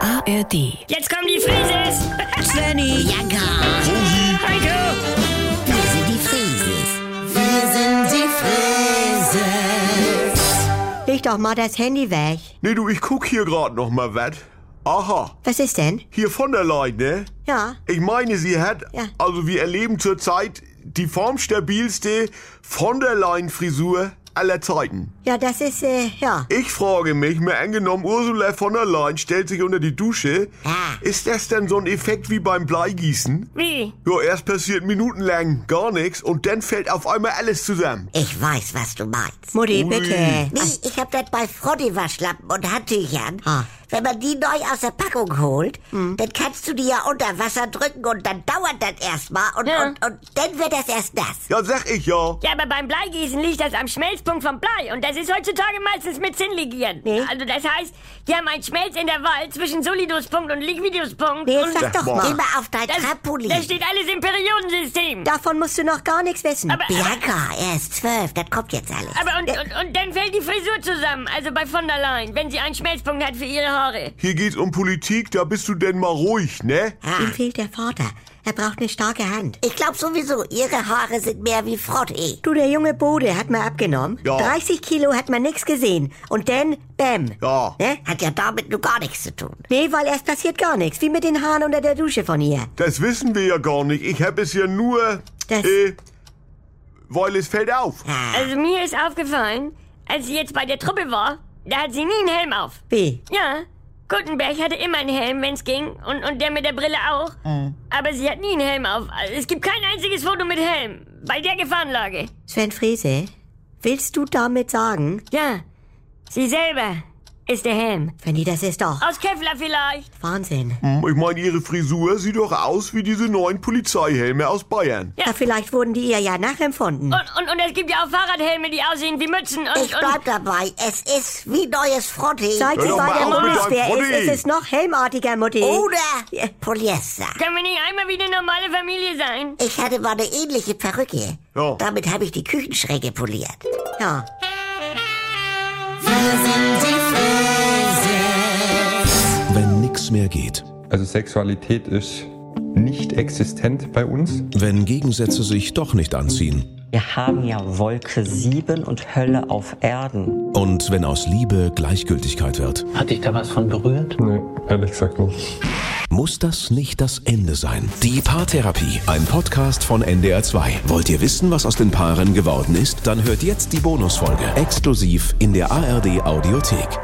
ARD. Jetzt kommen die Frises! Svenny, Ja, gar. Heiko! Wir sind die Frieses. Wir sind die Frieses. leg doch mal das Handy weg. Nee, du, ich guck hier gerade noch mal was. Aha, Was ist denn? hier von der Leyen, ne? Ja. Ich meine, sie hat, Ja. also wir erleben zurzeit die formstabilste von der Leyen-Frisur aller Zeiten. Ja, das ist, äh, ja. Ich frage mich, mir angenommen, Ursula von der Leyen stellt sich unter die Dusche. Ja. Ist das denn so ein Effekt wie beim Bleigießen? Wie? Ja, erst passiert minutenlang gar nichts und dann fällt auf einmal alles zusammen. Ich weiß, was du meinst. Mutti, Ui. bitte. Nee, ich hab das bei Frodde Waschlappen und Handtüchern. Ah. Wenn man die neu aus der Packung holt, dann kannst du die ja unter Wasser drücken und dann dauert das erstmal und, Ja. und, und dann wird das erst nass. Ja, sag ich ja. Ja, aber beim Bleigießen liegt das am Schmelzpunkt vom Blei und das ist heutzutage meistens mit Zinnlegieren. Also das heißt, die haben einen Schmelz in der Wahl zwischen Soliduspunkt und Liquiduspunkt Nee, und sag doch Boah. mal. Immer auf dein Trampolin. das steht alles im Periodensystem. Davon musst du noch gar nichts wissen. aber, aber, Bianca, er ist zwölf, das kommt jetzt alles. aber und, und, und dann fällt die Frisur zusammen, also bei von der Leyen, wenn sie einen Schmelzpunkt hat für ihre Haare. Hier geht's um Politik, da bist du denn mal ruhig, ne? Ah. Ihm fehlt der Vater. Er braucht eine starke Hand. Ich glaube sowieso, ihre Haare sind mehr wie Frodde. Du, der junge Bode hat mal abgenommen. Ja. 30 Kilo hat man nix gesehen. Und dann, bäm. Ja. Ne? Hat ja damit nur gar nichts zu tun. Nee, weil erst passiert gar nichts. Wie mit den Haaren unter der Dusche von ihr. Das wissen wir ja gar nicht. Ich hab es ja nur. Das- Äh, weil es fällt auf. Also mir ist aufgefallen, als sie jetzt bei der Truppe war, da hat sie nie einen Helm auf. Wie? Ja, Gutenberg hatte immer einen Helm, wenn's ging. Und, und der mit der Brille auch. Aber sie hat nie einen Helm auf. Also, Es gibt kein einziges Foto mit Helm. Bei der Gefahrenlage. Sven Frese, willst du damit sagen? Ja, sie selber ist der Helm. Fanny, das ist doch Aus Kevlar vielleicht. Wahnsinn. Hm, Ich meine, ihre Frisur sieht doch aus wie diese neuen Polizeihelme aus Bayern. Ja, vielleicht wurden die ihr ja nachempfunden. Und, und, und es gibt ja auch Fahrradhelme, die aussehen wie Mützen. Und, Ich bleib dabei, es ist wie neues Frodde. Seit Hör sie doch bei mal der auf mit Bundeswehr deinem Oh. ist, Pulli. ist es noch helmartiger, Mutti. Ja. Oder Polyester. und können wir nicht einmal wie eine normale Familie sein? Ich hatte mal eine ähnliche Perücke. Ja. Damit habe ich die Küchenschränke poliert. Ja. Wenn nix mehr geht. Also Sexualität ist nicht existent bei uns. Wenn Gegensätze sich doch nicht anziehen. Wir haben ja Wolke 7 und Hölle auf Erden. Und wenn aus Liebe Gleichgültigkeit wird. Hat dich da was von berührt? Nee, ehrlich gesagt nicht. Muss das nicht das Ende sein? Die Paartherapie, ein Podcast von NDR2. Wollt ihr wissen, was aus den Paaren geworden ist? Dann hört jetzt die Bonusfolge exklusiv in der ARD Audiothek.